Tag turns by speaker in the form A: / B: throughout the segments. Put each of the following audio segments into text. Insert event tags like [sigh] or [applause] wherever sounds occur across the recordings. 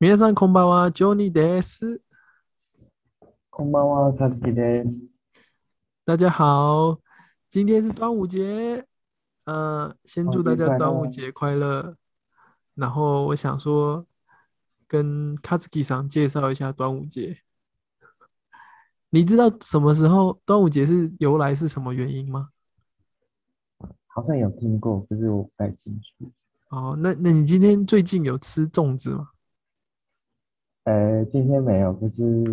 A: 皆さんこんばんは、ジョニーです。
B: こんばんは、カズキです。
A: 大家好，今天是端午节，呃，先
B: 端
A: 祝
B: 午
A: 大
B: 节
A: 家
B: 快
A: 端午
B: 乐
A: 节快乐。然后我想说，跟 Katsuki 上介绍一下端午节。你知道什么时候端午节是由来是什么原因吗？
B: 好像有听过，可是我不太清楚。
A: 哦，那那你今天最近有吃粽子吗？
B: 呃，今天没有，可是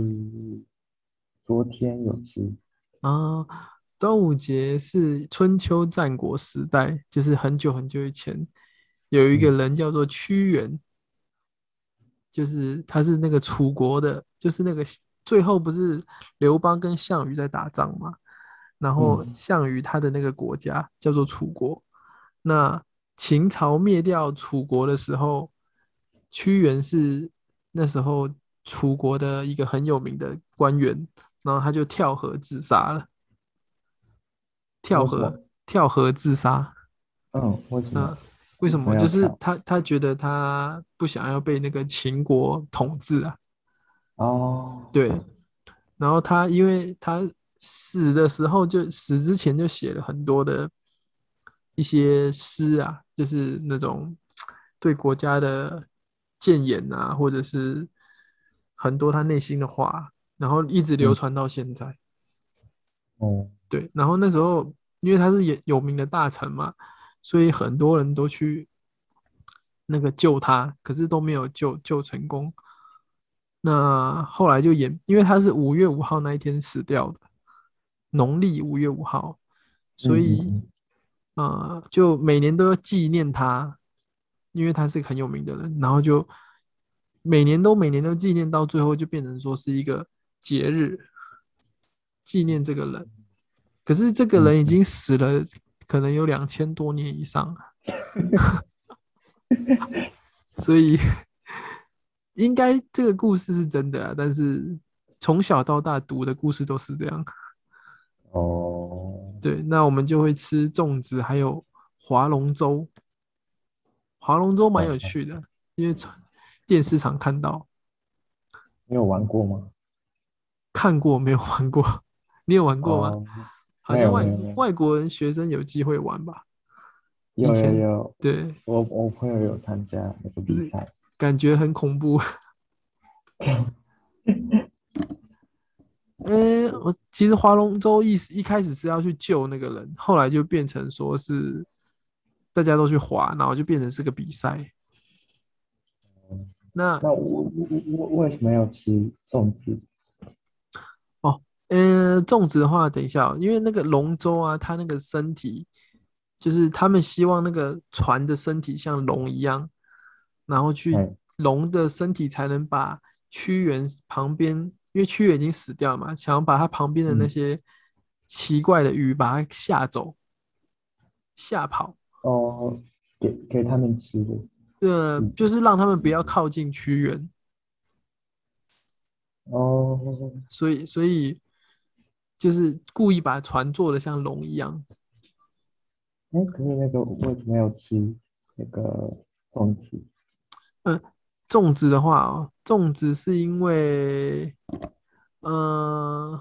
B: 昨天有吃。
A: 啊，端午节是春秋战国时代，就是很久很久以前，有一个人叫做屈原，就是他是那个楚国的，就是那个最后不是刘邦跟项羽在打仗嘛，然后
B: 嗯
A: 项羽他的那个国家叫做楚国，那秦朝灭掉楚国的时候，屈原是那时候楚国的一个很有名的官员，然后他就跳河自杀了，跳
B: 为什么
A: 河跳河自杀。
B: 嗯，为什
A: 啊
B: 么？
A: 为什
B: 为什
A: 么？
B: 么
A: 就
B: 要
A: 是
B: 跳
A: 他他觉得他不想要被那个秦国统治啊，
B: 哦，
A: 对。然后他因为他死的时候就死之前就写了很多的一些诗啊，就是那种对国家的谏言啊，或者是很多他内心的话，然后一直流
B: 嗯
A: 传到现在。
B: 哦，
A: 对，然后那时候因为他是有有名的大臣嘛，所以很多人都去那个救他，可是都没有救救成功。那后来就演，因为他是五月五号那一天死掉的，农历五月五号，所
B: 嗯嗯
A: 以
B: 嗯
A: 呃，就每年都要纪念他，因为他是个很有名的人，然后就每年都每年都纪念，到最后就变成说是一个节日，纪念这个人。可是这
B: 嗯
A: 个人已经死了，可能有两千多年以上
B: [laughs]
A: 了，所以应该这个故事是真的啊。但是从小到大读的故事都是这样。
B: 哦，
A: 对，那我们就会吃粽子，还有划龙舟。划龙舟蛮有
B: 哦
A: 趣的，因为从电视常看到，
B: 你有玩过吗？
A: 看过没有玩过？ [laughs] 你有玩过吗？
B: 哦，
A: 好
B: 没
A: 像
B: 有
A: 外
B: 没有没有
A: 外国人学生有机会玩吧？以
B: 有有
A: 前
B: 有，
A: 对，
B: 我我朋友有参加那个比赛。
A: 感觉很恐怖。嗯，我其实划龙舟意思一开始是要去救那个人，后来就变成说是大家都去划，然后就变成是个比赛。那
B: 那我我我我为什么要吃粽子？
A: 呃，粽子的话，等一下哦，因为那个龙舟啊，它那个身体，就是他们希望那个船的身体像龙一样，然后去
B: 嗯
A: 龙的身体才能把屈原旁边，因为屈原已经死掉了嘛，想要把他旁边的那
B: 嗯
A: 些奇怪的鱼把它吓走、吓跑，
B: 哦，给给他们吃的。
A: 呃，
B: 嗯
A: 就是让他们不要靠近屈原，
B: 哦，
A: 所以所以就是故意把船做的像龙一样。
B: 哎，可是那个为什么要吃那个粽子？
A: 粽子的话哦，粽子是因为，呃，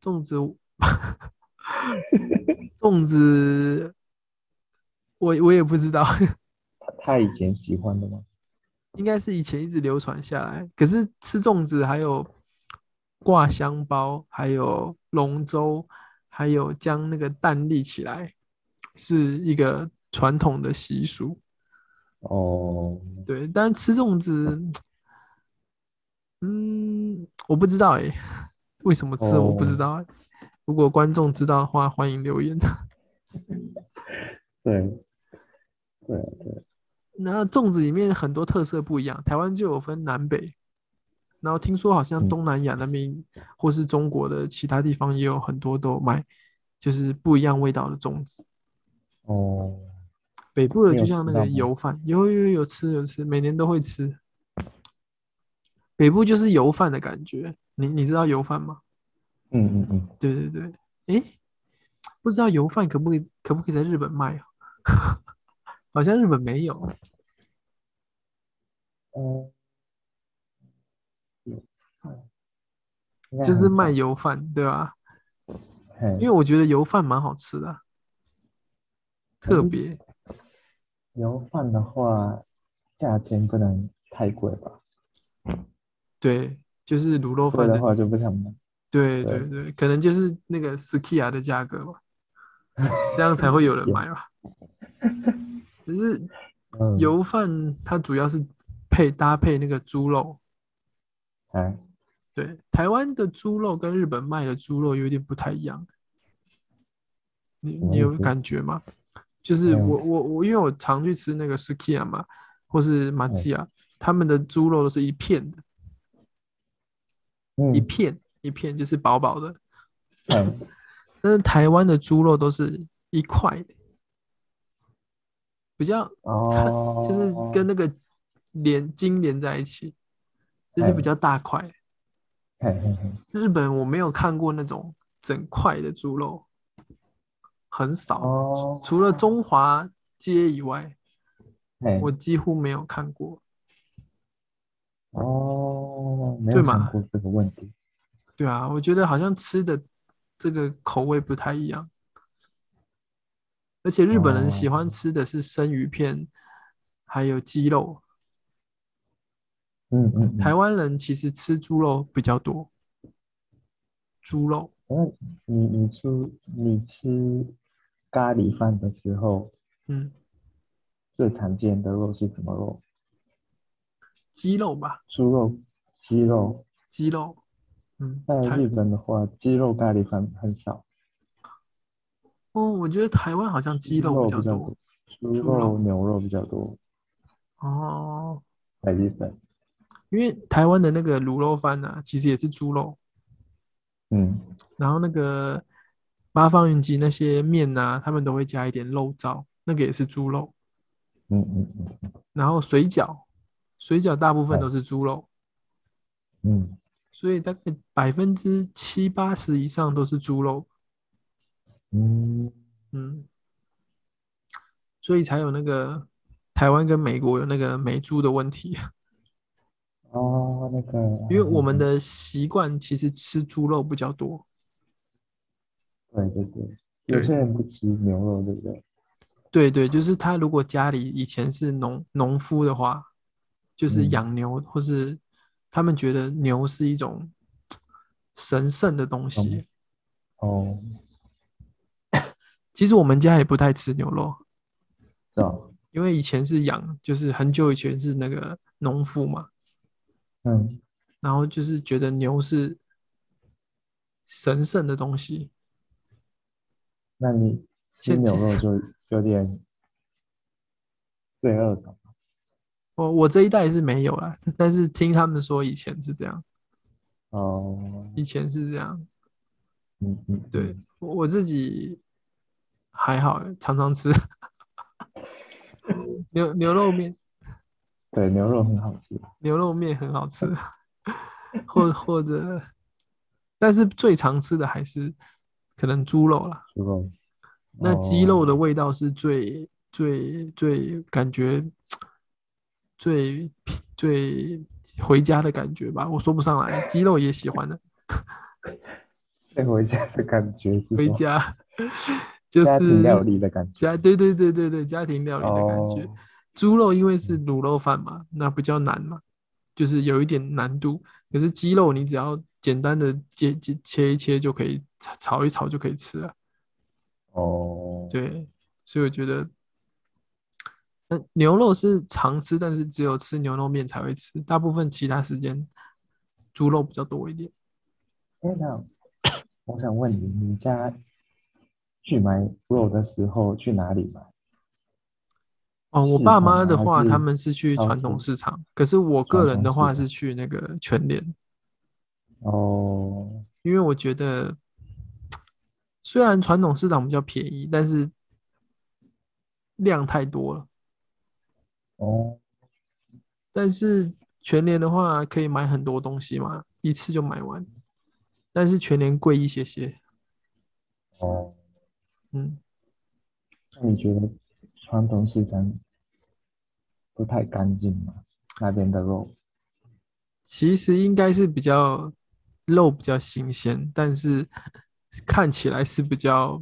A: 粽子， [laughs] 粽子，我我也不知道， [laughs]
B: 他他以前喜欢的吗？
A: 应该是以前一直流传下来。可是吃粽子还有挂香包，还有龙舟，还有将那个蛋立起来，是一个传统的习俗。
B: 哦，
A: 对，但吃粽子，嗯，我不知道哎、为什么吃我不知
B: 哦
A: 道欸、如果观众知道的话，欢迎留言。 [laughs]
B: 对，对对，
A: 那粽子里面很多特色不一样，台湾就有分南北，然后听说好像
B: 嗯
A: 东南亚那边或是中国的其他地方也有很多都有卖，就是不一样味道的粽子。
B: 哦，
A: 北部的
B: 你
A: 就
B: 有
A: 像那
B: 吃到
A: 个
B: 吗
A: 油饭，有有有吃有吃，每年都会吃。北部就是油饭的感觉，你你知道油饭吗？
B: 嗯嗯嗯，
A: 对对对，诶，不知道油饭可不可以可不可以 [laughs] 在日本卖啊？好像日本没有，
B: 嗯，有饭应该
A: 就是
B: 啊很
A: 卖
B: 少，
A: 油饭，对吧？
B: 嘿
A: 因为我觉得油饭蛮好吃的啊，
B: 可
A: 特
B: 是
A: 别
B: 油饭的话，价钱不能太贵吧？
A: 对，就是卤肉
B: 贵
A: 饭
B: 的
A: 的，
B: 话就不想买。
A: 对
B: 对
A: 对对，可能就是那个 Sukiya 的价格吧，这样才会有人
B: 也
A: 买吧。
B: [laughs]
A: 可是
B: 嗯，
A: 油饭它主要是配搭配那个猪肉，
B: 哎，
A: 对，台湾的猪肉跟日本卖的猪肉有点不太一样，你
B: 什么
A: 你
B: 意
A: 有
B: 思？
A: 感觉吗？就是
B: 没有，
A: 我我我，因为我常去吃那个 Sukiya 嘛，或是马
B: 哎，
A: 吉亚，他们的猪肉都是一片的，一
B: 嗯，
A: 片一片，就是薄薄的。
B: 哎，
A: 但是台湾的猪肉都是一块的，比较看 [laughs] 就是跟
B: 哦，
A: 那个连筋连在一起，就是比
B: 哎，
A: 较大块。
B: 哦嘿嘿嘿，
A: 日本我没有看过那种整块的猪肉，很少，除除了
B: 哦，
A: 中华街以外，
B: 哎，
A: 我几乎没有看过，
B: 哦，没
A: 对
B: 有想
A: 吗？
B: 过这个问题。
A: 对啊，我觉得好像吃的这个口味不太一样，而且日本人喜
B: 哦，
A: 欢吃的是生鱼片，还有鸡肉。
B: 嗯嗯
A: 台
B: 嗯，
A: 湾人其实吃猪肉比较多，猪肉
B: 那你你吃你吃咖喱饭的时候，
A: 嗯，
B: 最常见的肉是什么肉？
A: 鸡肉吧，
B: 猪肉、鸡肉。
A: 鸡肉，嗯，
B: 在
A: 台，
B: 哦日本的话，鸡肉咖喱饭很少，
A: 哦，我觉得台湾好像鸡
B: 猪
A: 肉比较
B: 肉比较
A: 多，
B: 多，猪
A: 猪
B: 肉、
A: 肉，
B: 牛肉比较多。
A: 哦，
B: 在日本，
A: 因为台湾的那个卤肉饭呢、其实也是猪肉，
B: 嗯，
A: 然后那个八方云集那些面呐、他们都会加一点肉燥，那个也是猪肉，
B: 嗯嗯嗯，
A: 然后水饺，水饺大部分
B: 哎，
A: 都是猪肉，
B: 嗯，
A: 所以大概百分之七八十以上都是猪肉，
B: 嗯，
A: 嗯。所以才有那个台湾跟美国有那个美猪的问题，
B: 哦，那个，
A: 因为我
B: 嗯
A: 们
B: 嗯
A: 的习惯其实吃猪肉比较多，
B: 嗯，对对对，有些
A: 对
B: 人不吃牛肉，对不对？
A: 对对，就是他如果家里以前是农农夫的话，就是
B: 嗯，
A: 养牛，或是他们觉得牛是一种神圣的东
B: 嗯
A: 西。
B: 哦，
A: 其实我们家也不太吃牛肉，
B: 是哦，
A: 因为以前是养，就是很久以前是那个农夫嘛，
B: 嗯，
A: 然后就是觉得牛是神圣的东西。
B: 那你吃
A: 现
B: 牛
A: 在
B: 肉就有点罪恶感。
A: 我我这一代是没有啦，但是听他们说以前是这样，
B: 哦，
A: 以前是这样。
B: 嗯嗯
A: 对，
B: 嗯，
A: 我我自己还好，常常吃
B: 嗯
A: [laughs] 牛牛肉面，
B: 对，牛肉很好吃。
A: 牛肉面很好
B: [laughs]
A: 吃，或或者，但是最常吃的还是可能猪肉啦。
B: 猪肉，
A: 那鸡肉的
B: 哦，
A: 味道是最最最感觉最最回家的感觉吧，我说不上来，鸡肉也喜欢的。
B: 带回家的感觉是什
A: 回
B: 么？
A: 家 [laughs] 就
B: 家庭料
A: 是
B: 理的感觉。
A: 家，对对对对对，家庭料理的感觉。
B: 哦，
A: 猪肉因为是
B: 嗯
A: 卤肉饭嘛，那比较难嘛，就是有一点难度。可是鸡肉你只要简单的切切切一切就可以，炒炒一炒就可以吃了。
B: 哦，
A: 对，所以我觉得，那牛肉是常吃，但是只有吃牛肉面才会吃，大部分其他时间猪肉比较多一点。
B: 哎，那我想问你，你家去买肉的时候去哪里买？
A: 哦，我
B: 市
A: 爸
B: 场
A: 妈的
B: 吗？还
A: 话，他
B: 是
A: 们是去
B: 超
A: 传统
B: 市？
A: 市场，可是我个
B: 传
A: 人
B: 统
A: 的
B: 市
A: 话是
B: 场？
A: 去那个全联，
B: 哦，
A: 因为我觉得虽然传统市场比较便宜，但是量太多了。
B: 哦，
A: 但是全联的话可以买很多东西嘛，一次就买完，但是全联贵一些些。
B: 哦，
A: 嗯，
B: 那你觉得传统市场不太干净吗？那边的肉？
A: 其实应该是比较肉比较新鲜，但是看起来是比较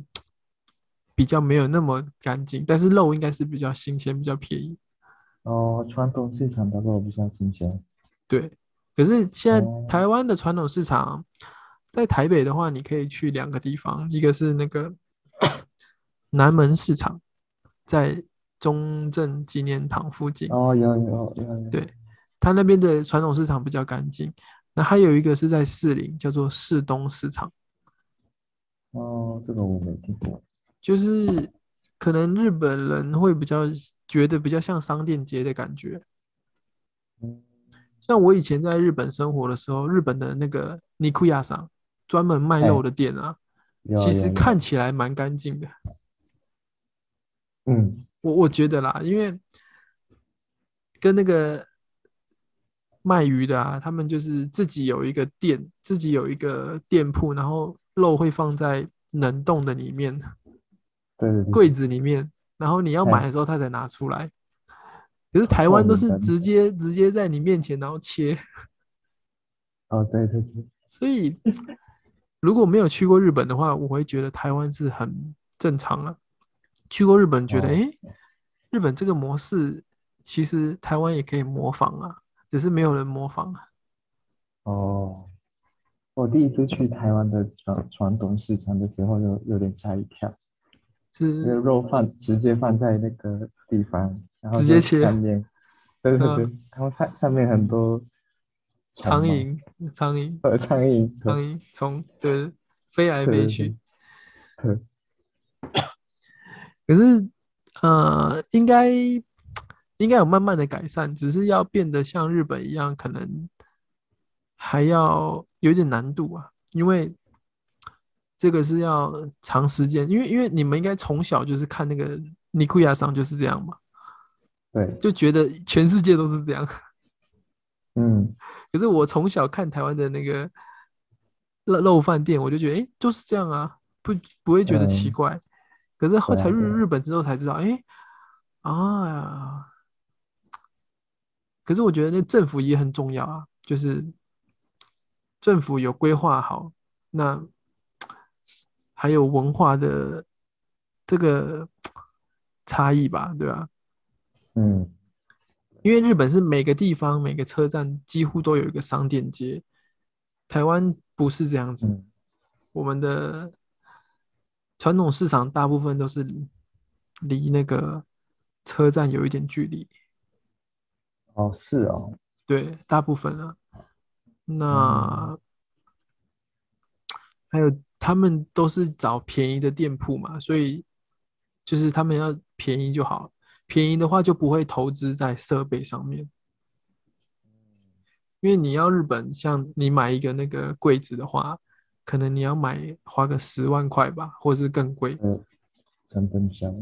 A: 比较没有那么干净，但是肉应该是比较新鲜，比较便宜。
B: 哦，传统市场的肉比较新鲜。
A: 对，可是现在
B: 哦
A: 台湾的传统市场，在台北的话，你可以去两个地方，一个是那个南门市场，在中正纪念堂附近，
B: 哦，有有有有。
A: 对它那边的传统市场比较干净。那还有一个是在士林，叫做士东市场，
B: 哦，这个我没听过。
A: 就是可能日本人会比较觉得比较像商店街的感觉。
B: 嗯，
A: 像我以前在日本生活的时候，日本的那个尼库亚桑专门卖
B: 哎
A: 肉的店啊，
B: 有
A: 其
B: 有
A: 实
B: 有
A: 看起来蛮干净的，
B: 嗯，
A: 我我觉得啦，因为跟那个卖鱼的啊，他们就是自己有一个店，自己有一个店铺，然后肉会放在冷冻的里面，
B: 对对对。
A: 柜子里面，然后你要
B: 哎
A: 买的时候他才拿出来。可是台湾都
B: 透
A: 是
B: 明的
A: 直接直接在你面前然后切，
B: 哦，对对对。
A: 所以如果没有去过日本的话，我会觉得台湾是很正常了。去过日本，觉得
B: 哦
A: 诶，日本这个模式其实台湾也可以模仿啊，只是没有人模仿啊。
B: 哦，我第一次去台湾的传传统市场的时候，有有点吓一跳，那个
A: 是
B: 肉放直接放在那个地方，然后
A: 直接
B: 就
A: 切
B: 上面，对对
A: 嗯
B: 对，然后上上面很多
A: 苍
B: 嘛，
A: 蝇，苍蝇，
B: 呃，苍蝇，
A: 苍蝇从对飞来
B: 对
A: 飞
B: 对
A: 去。
B: 对嗯对
A: 可是呃，应该应该有慢慢的改善，只是要变得像日本一样，可能还要有点难度啊，因为这个是要长时间，因为因为你们应该从小就是看那个尼库亚桑就是这样嘛，
B: 对，
A: 就觉得全世界都是这样。
B: 嗯，
A: 可是我从小看台湾的那个肉肉饭店，我就觉得，哎、就是这样啊，不不会觉得奇
B: 嗯
A: 怪。可是后
B: 对啊
A: 才入
B: 对啊
A: 日本之后才知道，哎、啊，可是我觉得那政府也很重要啊，就是政府有规划好，那还有文化的这个差异吧，对吧、
B: 嗯，
A: 因为日本是每个地方每个车站几乎都有一个商店街，台湾不是这样子，
B: 嗯，
A: 我们的传统市场大部分都是离那个车站有一点距离，
B: 哦，是哦，
A: 对，大部分啊。那、还有他们都是找便宜的店铺嘛，所以就是他们要便宜就好，便宜的话就不会投资在设备上面。因为你要日本，像你买一个那个柜子的话，可能你要买花个十万块吧，或是更贵。
B: 呃，成本比较，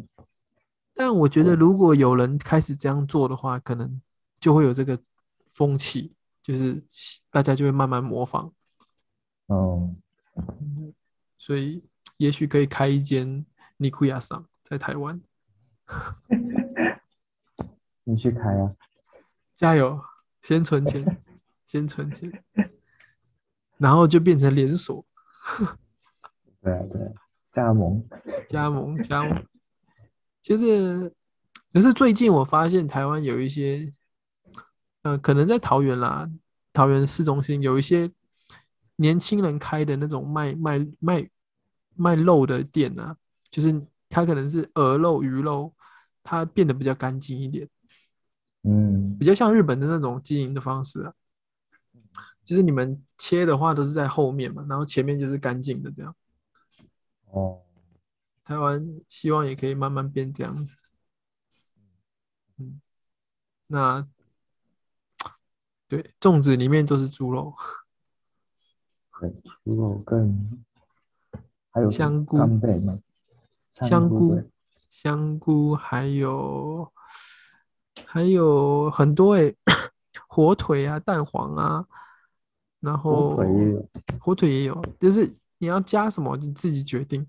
A: 但我觉得，
B: 对
A: 如果有人开始这样做的话，可能就会有这个风气，就是大家就会慢慢模仿。
B: 哦，
A: 所以也许可以开一间尼库亚桑在台湾，
B: 你去开啊，
A: 加油，先存钱，先存钱，然后就变成连锁
B: 对啊对啊，加盟，
A: 加盟加盟。接着，可是最近我发现台湾有一些，呃，可能在桃园啦，桃园市中心有一些年轻人开的那种卖卖卖卖肉的店啊，就是它可能是鹅肉、鱼肉，它变得比较干净一点。
B: 嗯
A: 比，较像日本的那种经营的方式啊，就是你们切的话都是在后面嘛，然后前面就是干净的这样。
B: 哦，
A: 台湾希望也可以慢慢变这样子。嗯，那对粽子里面都是猪肉，
B: 对，猪肉更，还有
A: 香菇
B: 干贝吗？
A: 香菇
B: 嗯对、
A: 香菇还有还有很多诶、火腿啊、蛋黄啊，然后
B: 火腿也有
A: 火腿也有，就是你要加什么你自己决定。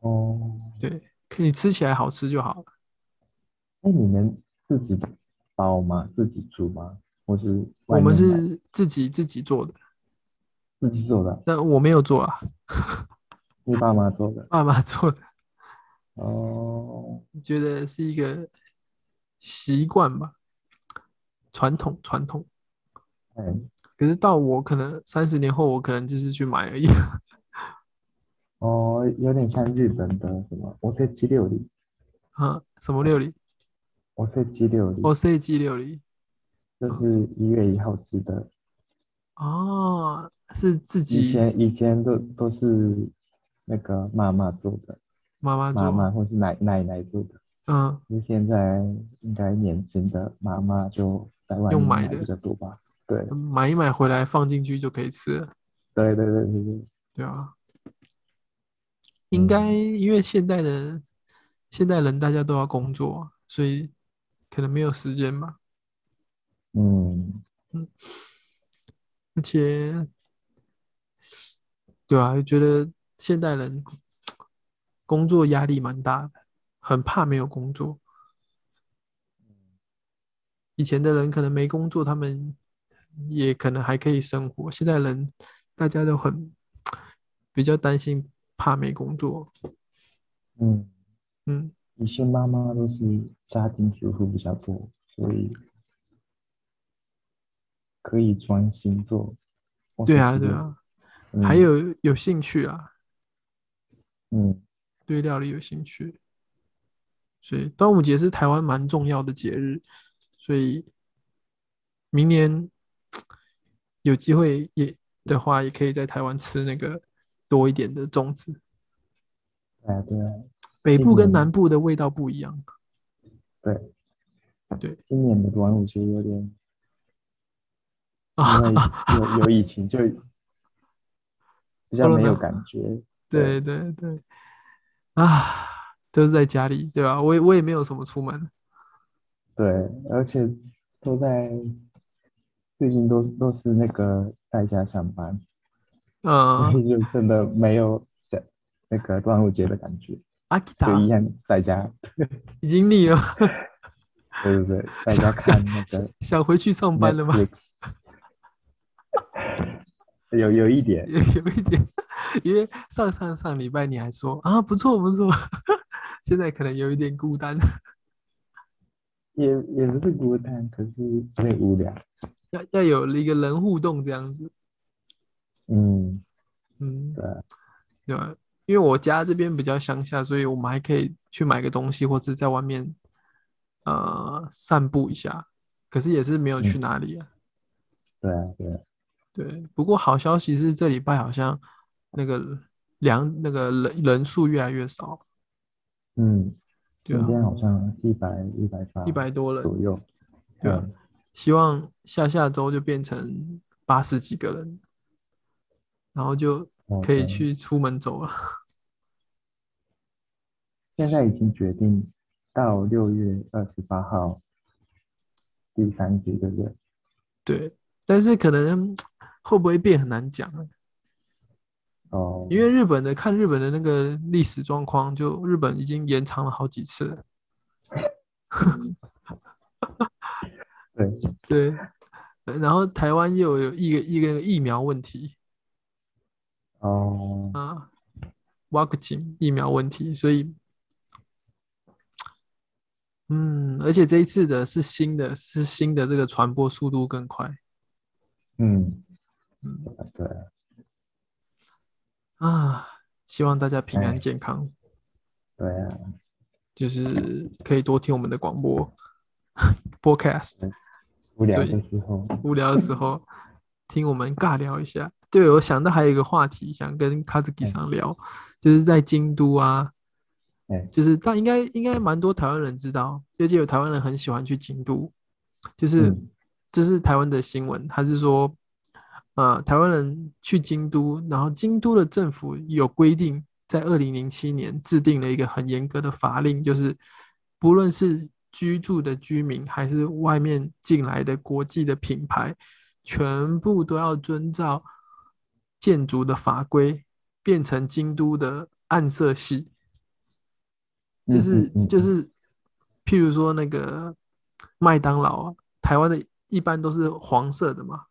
B: 哦。
A: 对，可你吃起来好吃就好了。
B: 哎，你们自己包吗？自己煮吗？或是
A: 我
B: 外
A: 们
B: 面买
A: 是自己自己做的，
B: 自己做的，
A: 但我没有做啊，
B: 你爸妈做的
A: 爸妈做的，
B: 哦。
A: 觉得是一个习惯吧，传统传统。
B: 哎，
A: 可是到我可能三十年后，我可能就是去买而已。
B: 哦，有点像日本的什么？我在鸡料理，
A: 啊，什么料理？
B: 我在鸡料理，
A: 哦，设计料理
B: 就是一月一号吃的。
A: 哦，是自
B: 以
A: 己
B: 前以前都都是那个妈妈做的，
A: 妈妈做。
B: 妈妈或是奶奶奶做的。
A: 嗯，
B: 那现在应该年轻的妈妈就在外
A: 用
B: 面
A: 买
B: 买
A: 的
B: 比较多吧？对，
A: 买一买回来放进去就可以吃了，
B: 对对对对对，
A: 对啊。应该
B: 嗯
A: 因为现代的现代人大家都要工作，啊所以可能没有时间吧。
B: 嗯，
A: 而且，对啊，觉得现代人工作压力蛮大的，很怕没有工作。以前的人可能没工作，他们也可能还可以生活。现在人大家都很比较担心，怕没工作。
B: 嗯，
A: 嗯，
B: 有些妈妈都是家庭主妇比较多，所以可以专心做。我
A: 对
B: 是
A: 啊，
B: 觉
A: 对
B: 得，
A: 啊，
B: 嗯
A: 还，有有兴趣啊，
B: 嗯，
A: 对料理有兴趣，所以端午节是台湾蛮重要的节日，所以明年有机会也的话，也可以在台湾吃那个多一点的粽子。
B: 对啊对啊，
A: 北部跟
B: 嗯
A: 南部的味道不一样，
B: 今年的端午节
A: [laughs]
B: 有点，
A: 啊
B: 因为有有
A: [laughs]
B: 疫情就比较没有感觉。
A: 对对对，啊，都是在家里，对吧？我也我也没有什么出门，
B: 对，而且都在最近都都是那个在家上班，
A: 嗯、
B: [laughs] 所以就真的没有在那个端午节的感觉，
A: 阿基
B: 就
A: 达
B: 一样在家，
A: 已经腻了，
B: 对对对，在家看那
A: 想
B: 个
A: 想回去 [laughs] 上班了吗？
B: Netflix，有有一点，
A: 也有一点， [laughs] 因为上上上礼拜你还说啊不错不错， [laughs] 现在可能有一点孤单， [laughs]
B: 也也不是孤单，可是有点无聊。
A: 要要有一个人互动这样子，
B: 嗯，
A: 嗯，
B: 对啊
A: 对吧，因为我家这边比较乡下，所以我们还可以去买个东西，或者在外面呃散步一下，可是也是没有去
B: 嗯
A: 哪里啊。
B: 对啊，对啊，
A: 对，不过好消息是这礼拜好像那个量那个人人数越来越少，
B: 嗯，
A: 对
B: 今
A: 啊，
B: 天好像一百一百八
A: 一百多人。
B: 左右，
A: 对啊
B: 嗯
A: 希望下下周就变成八十几个人，然后就可以
B: OK
A: 去出门走了。
B: 现在已经决定到六月二十八号第三季，对不对？
A: 对，但是可能会不会变很难讲啊，
B: 哦，
A: 因为日本的看日本的那个历史状况，就日本已经延长了好几次了。
B: 对，
A: [laughs] 对，呃然后台湾又有一个一个疫苗问题
B: 哦，
A: 啊，vaccine 疫苗问题，所以。嗯，而且这一次的是新的，是新的这个传播速度更快。
B: 嗯，
A: 嗯
B: 对，
A: 啊，希望大家平安
B: 哎
A: 健康，
B: 对啊，
A: 就是可以多听我们的广播 [laughs] podcast，
B: 无聊
A: 所以
B: 的时候，
A: 无聊的时候听我们尬聊一下。对，我想到还有一个话题想跟 Kazuki
B: 哎
A: 上聊，就是在京都啊，
B: 哎，
A: 就是但应该应该蛮多台湾人知道，而且有台湾人很喜欢去京都，就是、
B: 嗯
A: 这是台湾的新闻，他是说，呃，台湾人去京都，然后京都的政府有规定，在二零零七年制定了一个很严格的法令，就是不论是居住的居民还是外面进来的国际的品牌，全部都要遵照建筑的法规，变成京都的暗色系。就
B: 嗯
A: 是
B: 嗯
A: 就
B: 嗯
A: 是，譬如说那个麦当劳啊，台湾的一般都是黄色的嘛，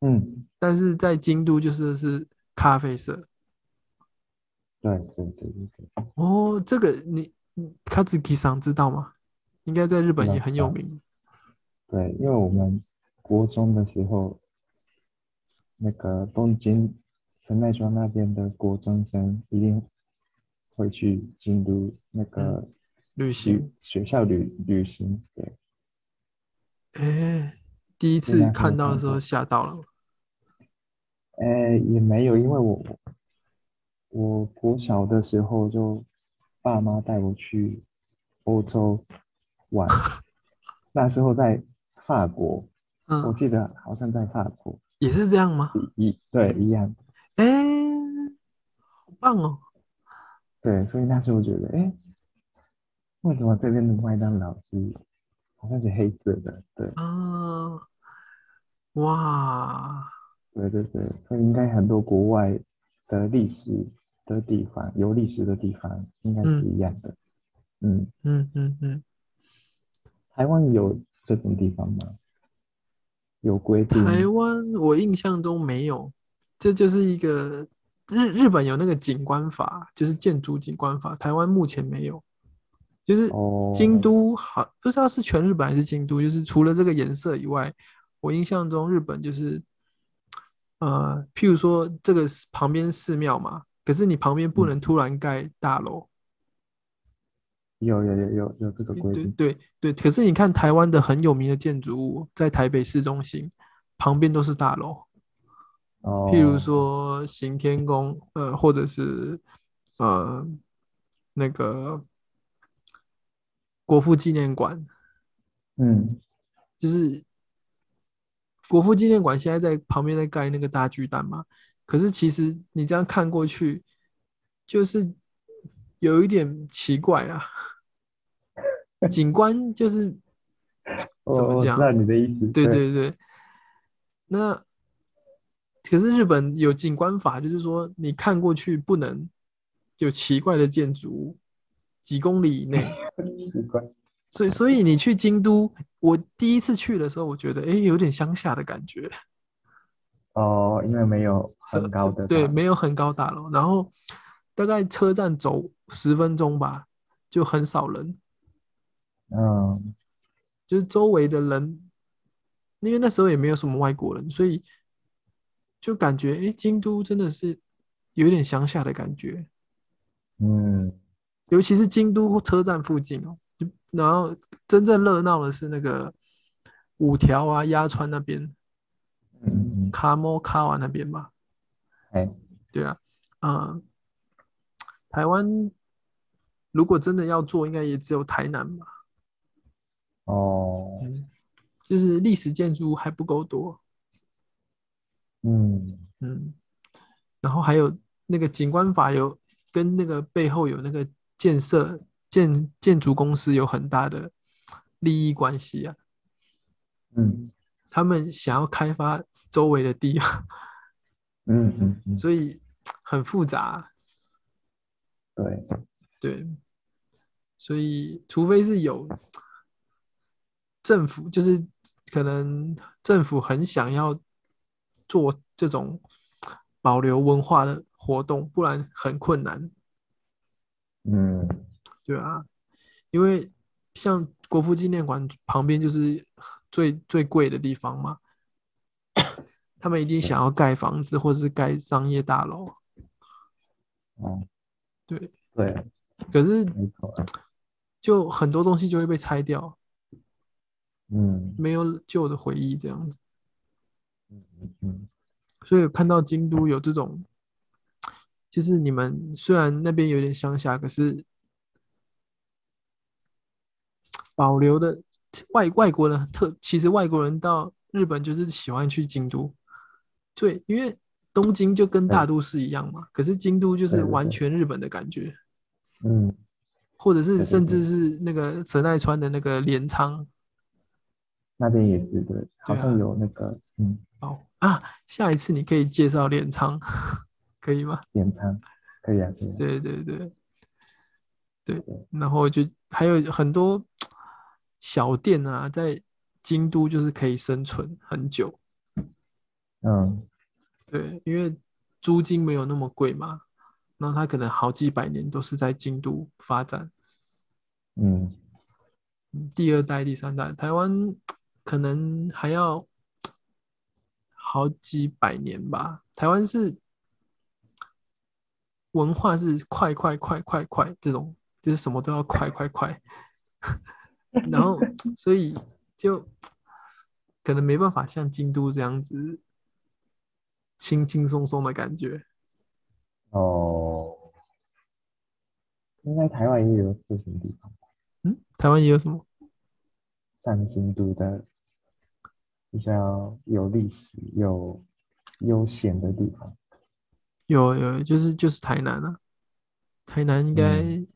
B: 嗯，
A: 但是在京都就是是咖啡色。
B: 对对对对对，
A: 哦，这个你卡兹基桑知道吗？应该在日本
B: 知道
A: 也很
B: 知
A: 有
B: 道
A: 名。
B: 对，因为我们国中的时候，那个东京神奈川那边的国中生一定会去京都那个
A: 嗯旅
B: 旅、
A: 行，
B: 学校旅旅行，对，
A: 哎，第一次
B: 应该很
A: 看
B: 有
A: 到的
B: 看
A: 时候
B: 头
A: 吓到了。
B: 哎，也没有，因为我我国小的时候就爸妈带我去欧洲玩，那时候在法国，我
A: 嗯，
B: 记得好像在法国，
A: 也是这样吗？
B: 一对一样。
A: 哎，好棒哦！
B: 对，所以那时候我觉得，哎，为什么这边的麦当劳是好像是黑色的？对，
A: 啊，哇，
B: 对对对，所以应该很多国外的历史的地方，有历史的地方应该是一样的。嗯，
A: 嗯嗯嗯，
B: 台湾有这种地方吗？有规定吗？
A: 台湾我印象中没有，这就是一个日日本有那个景观法，就是建筑景观法，台湾目前没有，就是
B: 哦，
A: 京都好，不知道是全日本还是京都，就是除了这个颜色以外，我印象中日本就是，呃，譬如说这个是旁边寺庙嘛，可是你旁边不
B: 嗯
A: 能突然盖大楼，
B: 有有有有有这个规
A: 对
B: 定。
A: 对对，可是你看台湾的很有名的建筑物，在台北市中心旁边都是大楼，
B: 哦，
A: 譬如说行天宫，呃，或者是呃那个国父纪念馆，
B: 嗯，
A: 就是国父纪念馆现在在旁边在盖那个大巨蛋嘛，可是其实你这样看过去，就是有一点奇怪啊， [laughs] 景观就是
B: 我
A: 怎么
B: 哦我知
A: 讲
B: 道你的意思。
A: 对对对，那可是日本有景观法，就是说你看过去不能有奇怪的建筑物，几公里以内。
B: 对，奇怪。
A: 所以，所以你去京都，我第一次去的时候，我觉得诶有点乡下的感觉，
B: 哦，因为没有
A: 是
B: 很高
A: [laughs]
B: 的
A: 对，
B: 吧
A: 没有很高大楼，然后大概车站走十分钟吧，就很少人，
B: 嗯。
A: 就是周围的人，因为那时候也没有什么外国人，所以就感觉诶京都真的是有点乡下的感觉，
B: 嗯，
A: 尤其是京都车站附近哦，就然后真正热闹的是那个五条啊、鸭川那边。
B: 嗯，嗯，
A: 卡莫卡瓦那边吧，
B: 哎，
A: 对啊，嗯，台湾如果真的要做，应该也只有台南吧，
B: 哦，
A: 嗯，就是历史建筑还不够多，
B: 嗯，
A: 嗯，然后还有那个景观法有跟那个背后有那个建设建建筑公司有很大的利益关系啊，
B: 嗯，
A: 他们想要开发周围的地啊，
B: 嗯嗯嗯，
A: [laughs] 所以很复杂啊、
B: 对，
A: 对，所以除非是有政府，就是可能政府很想要做这种保留文化的活动，不然很困难，
B: 嗯，
A: 对啊，因为像国父纪念馆旁边就是最最贵的地方嘛，他们一定想要盖房子或者是盖商业大楼，
B: 哦，
A: 对，
B: 对，
A: 可是
B: 没错，啊
A: 就很多东西就会被拆掉，
B: 嗯
A: 没有旧的回忆这样子。
B: 嗯嗯嗯，
A: 所以看到京都有这种，就是你们虽然那边有点乡下，可是保留的外外国人特，其实外国人到日本就是喜欢去京都，对，因为东京就跟大都市一样嘛，可是京都就是
B: 对对
A: 完
B: 对
A: 全日本的感觉，
B: 嗯，
A: 或者是
B: 对对
A: 甚
B: 对
A: 至是那个神奈川的那个镰仓
B: 那边也是对，好
A: 对啊
B: 像有那个，嗯，
A: 哦啊，下一次你可以介绍镰仓， [laughs] 可以吗？
B: 镰仓，可以啊，可以啊，
A: 对对对对，然后就还有很多小店啊，在京都就是可以生存很久。
B: 嗯
A: 对，因为租金没有那么贵嘛，那它可能好几百年都是在京都发展，
B: 嗯，
A: 嗯第二代、第三代，台湾可能还要好几百年吧。台湾是文化是快快快快快这种，就是什么都要快快快， [laughs] 然后所以就可能没办法像京都这样子轻轻松松的感觉。
B: 哦，应该台湾也有这种地方，
A: 嗯，台湾也有什么？
B: 像京都的比较有历史、有悠闲的地方。
A: 有有，就是就是台南啊，台南应该、
B: 嗯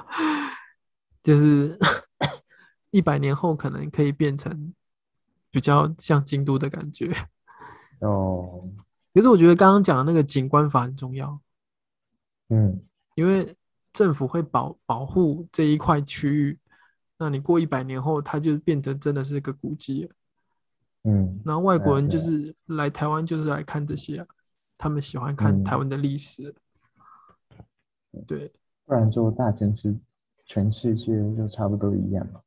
A: [laughs] 就是 [coughs] 一百年后可能可以变成比较像京都的感觉。
B: 哦，
A: 可是我觉得刚刚讲的那个景观法很重要，
B: 嗯
A: 因为政府会保保护这一块区域，那你过一百年后，它就变成真的是个古迹了。
B: 嗯
A: 然后外国
B: 对啊
A: 人就
B: 对啊
A: 是来台湾就是来看这些啊、他们喜欢看
B: 嗯
A: 台湾的历史。对，
B: 不然就大城市，全世界就差不多一样嘛。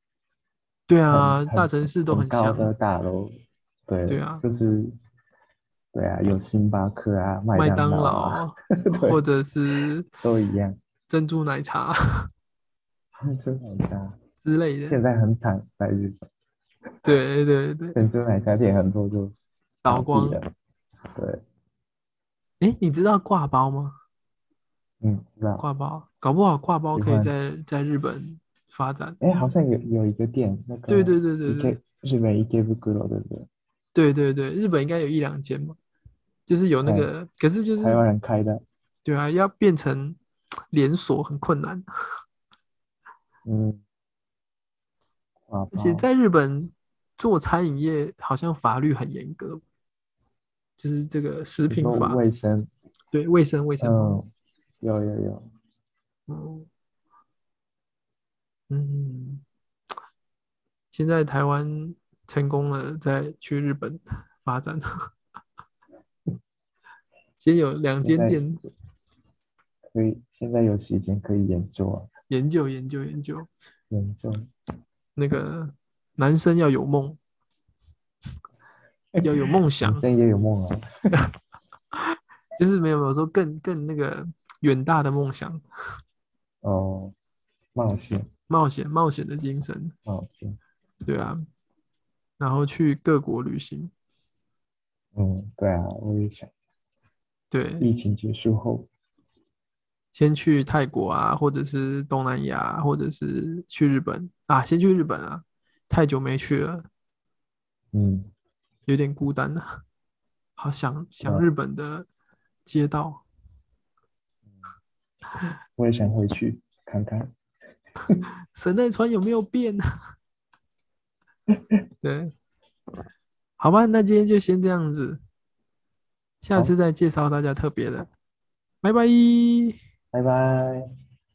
A: 对啊，
B: 很
A: 大城市都
B: 很高
A: 像。
B: 的大楼，对
A: 对啊
B: 就是对啊，有星巴克啊，麦
A: 麦当
B: 当劳啊，
A: 劳，
B: [laughs]
A: 或者是
B: 都一样， [laughs]
A: 珍珠奶茶 [laughs]
B: 珍珠奶茶
A: 之类
B: 现
A: 的。
B: 在很惨，在日本
A: 对对对，
B: 珍珠奶茶店很多就
A: 倒
B: 闭
A: 光。
B: 了，对，
A: 哎，你知道挂包吗？
B: 嗯，知道，
A: 挂包，搞不好挂包
B: 喜
A: 可以
B: 欢
A: 在在日本发展。
B: 哎，好像有有一个店，那个
A: 对对对对对
B: 对，日本 i k e b u k u r o 对不对？
A: 对对对，日本应该有一两间嘛，就是有那
B: 哎
A: 个，可是就是
B: 台湾人开的，
A: 对啊，要变成连锁很困难，
B: 嗯，挂
A: 而且
B: 包
A: 在日本做餐饮业好像法律很严格，就是这个食
B: 你
A: 品
B: 说
A: 法，
B: 卫生，
A: 对卫生卫生法。
B: 嗯，有有有，
A: 嗯，嗯，现在台湾成功了，再去日本发展。先有两
B: 现
A: 间
B: 在
A: 店
B: 可以现在有时间可以研究啊，
A: 研究研究研究，
B: 研究。
A: 那个男生要有梦，要有梦想
B: [laughs] 女，生也有梦啊，
A: 就是没有没有说更更那个远大的梦想，
B: 哦，冒险，
A: 冒险冒险的精神，
B: 冒险，
A: 对啊，然后去各国旅行，
B: 嗯，对啊，我也想，
A: 对，
B: 疫情结束后，
A: 先去泰国啊，或者是东南亚，或者是去日本啊，先去日本啊，太久没去了，
B: 嗯，
A: 有点孤单了，好想想
B: 嗯
A: 日本的街道。
B: 我也想回去看看，
A: 神奈川有没有变？啊 [laughs] 对，好吧，那今天就先这样子，下
B: 好
A: 次再介绍大家特别的，拜拜。
B: 拜拜。